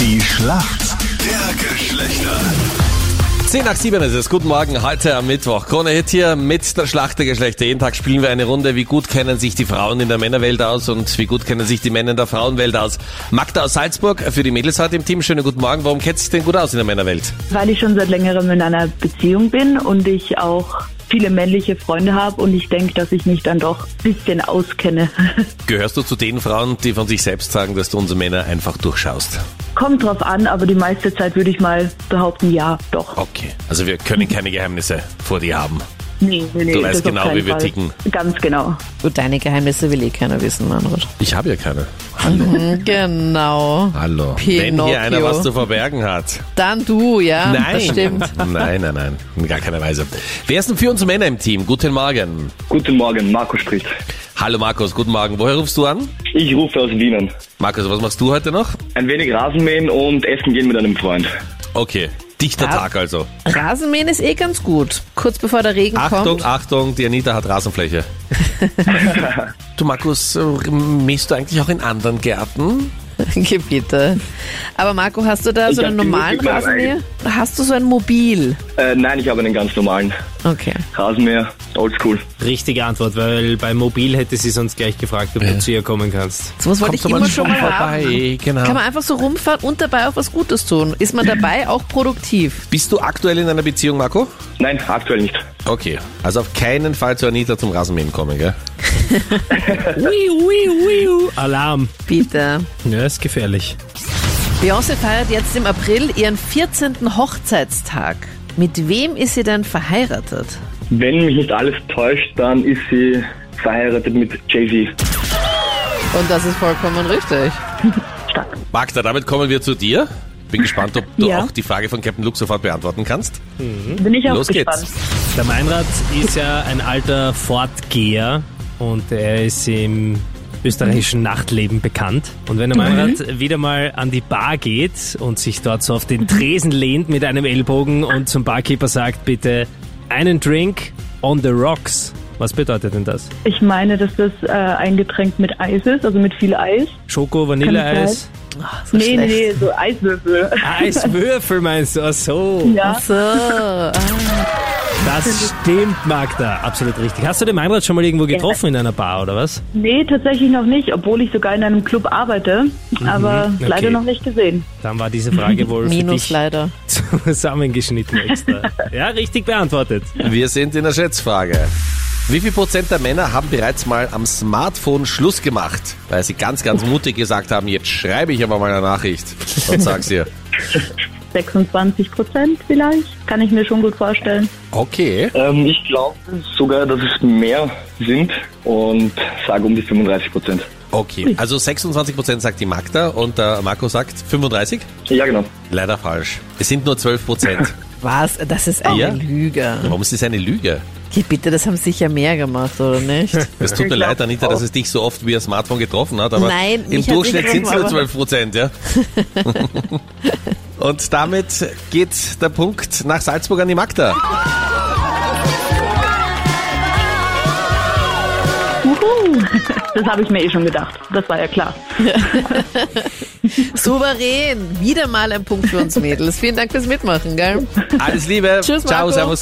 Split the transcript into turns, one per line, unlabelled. Die Schlacht der Geschlechter.
10 nach 7 ist es. Guten Morgen, heute am Mittwoch. Krone Hit hier mit der Schlacht der Geschlechter. Jeden Tag spielen wir eine Runde. Wie gut kennen sich die Frauen in der Männerwelt aus und wie gut kennen sich die Männer in der Frauenwelt aus? Magda aus Salzburg für die Mädels heute im Team. Schönen guten Morgen. Warum kennt sich denn gut aus in der Männerwelt?
Weil ich schon seit längerem in einer Beziehung bin und ich auch viele männliche Freunde habe und ich denke, dass ich mich dann doch ein bisschen auskenne.
Gehörst du zu den Frauen, die von sich selbst sagen, dass du unsere Männer einfach durchschaust?
Kommt drauf an, aber die meiste Zeit würde ich mal behaupten, ja, doch.
Okay. Also wir können keine Geheimnisse vor dir haben.
Nee, nee, nee,
Du weißt
das auf
genau,
keinen
wie wir
Fall.
ticken.
Ganz genau.
Gut, deine Geheimnisse will eh keiner wissen, Manfred.
Ich habe ja keine.
Genau.
Hallo. Wenn
Pinocchio.
hier einer was zu verbergen hat.
Dann du, ja? Das stimmt.
Nein, nein, nein. In gar keiner Weise. Wer ist denn für uns Männer im Team? Guten Morgen.
Guten Morgen, Marco spricht.
Hallo Markus, guten Morgen. Woher rufst du an?
Ich rufe aus Wienen.
Markus, was machst du heute noch?
Ein wenig Rasenmähen und essen gehen mit einem Freund.
Okay, dichter
Ja.
Tag also.
Rasenmähen ist eh ganz gut. Kurz bevor der Regen
Achtung,
kommt.
Achtung, die Anita hat Rasenfläche. du Markus, äh, mähst du eigentlich auch in anderen Gärten?
Geh bitte. Aber Marco, hast du da
Ich
so einen
hab genug
normalen
mit meinem
Rasenmäher? Hast du so ein Mobil?
Äh, nein, ich habe einen ganz normalen
Okay.
Rasenmäher, oldschool.
Richtige Antwort, weil beim Mobil hätte sie sonst gleich gefragt, ob du zu ihr kommen kannst.
Sowas wollte ich
doch
immer schon mal haben.
vorbei. Genau.
Kann man einfach so rumfahren und dabei auch was Gutes tun. Ist man dabei auch produktiv?
Bist du aktuell in einer Beziehung, Marco?
Nein, aktuell nicht.
Okay, also auf keinen Fall zu Anita zum Rasenmähen kommen, gell?
Alarm.
Bitte.
Ja, ist gefährlich.
Beyoncé feiert jetzt im April ihren 14. Hochzeitstag. Mit wem ist sie denn verheiratet?
Wenn mich nicht alles täuscht, dann ist sie verheiratet mit Jay-Z.
Und das ist vollkommen richtig.
Stark.
Magda, damit kommen wir zu dir. Bin gespannt, ob du
Ja.
auch die Frage von Captain Luke sofort beantworten kannst.
Bin ich auch
Los
gespannt.
geht's.
Der Meinrad ist ja ein alter Fortgeher und er ist im österreichischen Nachtleben bekannt. Und wenn der Meinrad wieder mal an die Bar geht und sich dort so auf den Tresen lehnt mit einem Ellbogen und zum Barkeeper sagt, bitte einen Drink on the rocks. Was bedeutet denn das?
Ich meine, dass das äh, ein Getränk mit Eis ist, also mit viel Eis.
Schoko,
Kann
Vanilleeis? Ah,
das nee, nee,
schlecht.
nee, so Eiswürfel.
Eiswürfel meinst du? Ach so.
Ja.
So, ah,
Das stimmt, Magda. Absolut richtig. Hast du den Meinrad schon mal irgendwo getroffen in einer Bar oder was?
Nee, tatsächlich noch nicht, obwohl ich sogar in einem Club arbeite,
Mhm,
aber
okay.
leider noch nicht gesehen.
Dann war diese Frage wohl für
Minus
dich
leider.
zusammengeschnitten extra. ja, richtig beantwortet.
Wir sind in der Schätzfrage. Wie viel Prozent der Männer haben bereits mal am Smartphone Schluss gemacht, weil sie ganz, ganz mutig gesagt haben, jetzt schreibe ich aber mal eine Nachricht und sag's ihr.
26 Prozent vielleicht, kann ich mir schon gut vorstellen.
Okay.
Ähm, ich glaube sogar, dass es mehr sind und sage um die 35 Prozent.
Okay. Also 26 Prozent sagt die Magda und der Marco sagt 35?
Ja, genau.
Leider falsch. Es sind nur 12 Prozent.
Was? Das ist eine
Ja.
Lüge.
Warum ist das eine Lüge?
Geh bitte, das haben sicher mehr gemacht, oder nicht?
Es tut mir leid, Anita, dass es dich so oft wie ein Smartphone getroffen hat, aber
Nein,
im
mich hat's
Durchschnitt
getroffen,
sind es nur
aber-
12 Prozent, ja. Und damit geht der Punkt nach Salzburg an die Magda.
Juhu. Das habe ich mir eh schon gedacht. Das war ja klar.
Souverän. Wieder mal ein Punkt für uns Mädels. Vielen Dank fürs Mitmachen, gell?
Alles Liebe.
Tschüss,
Ciao,
Marco.
servus.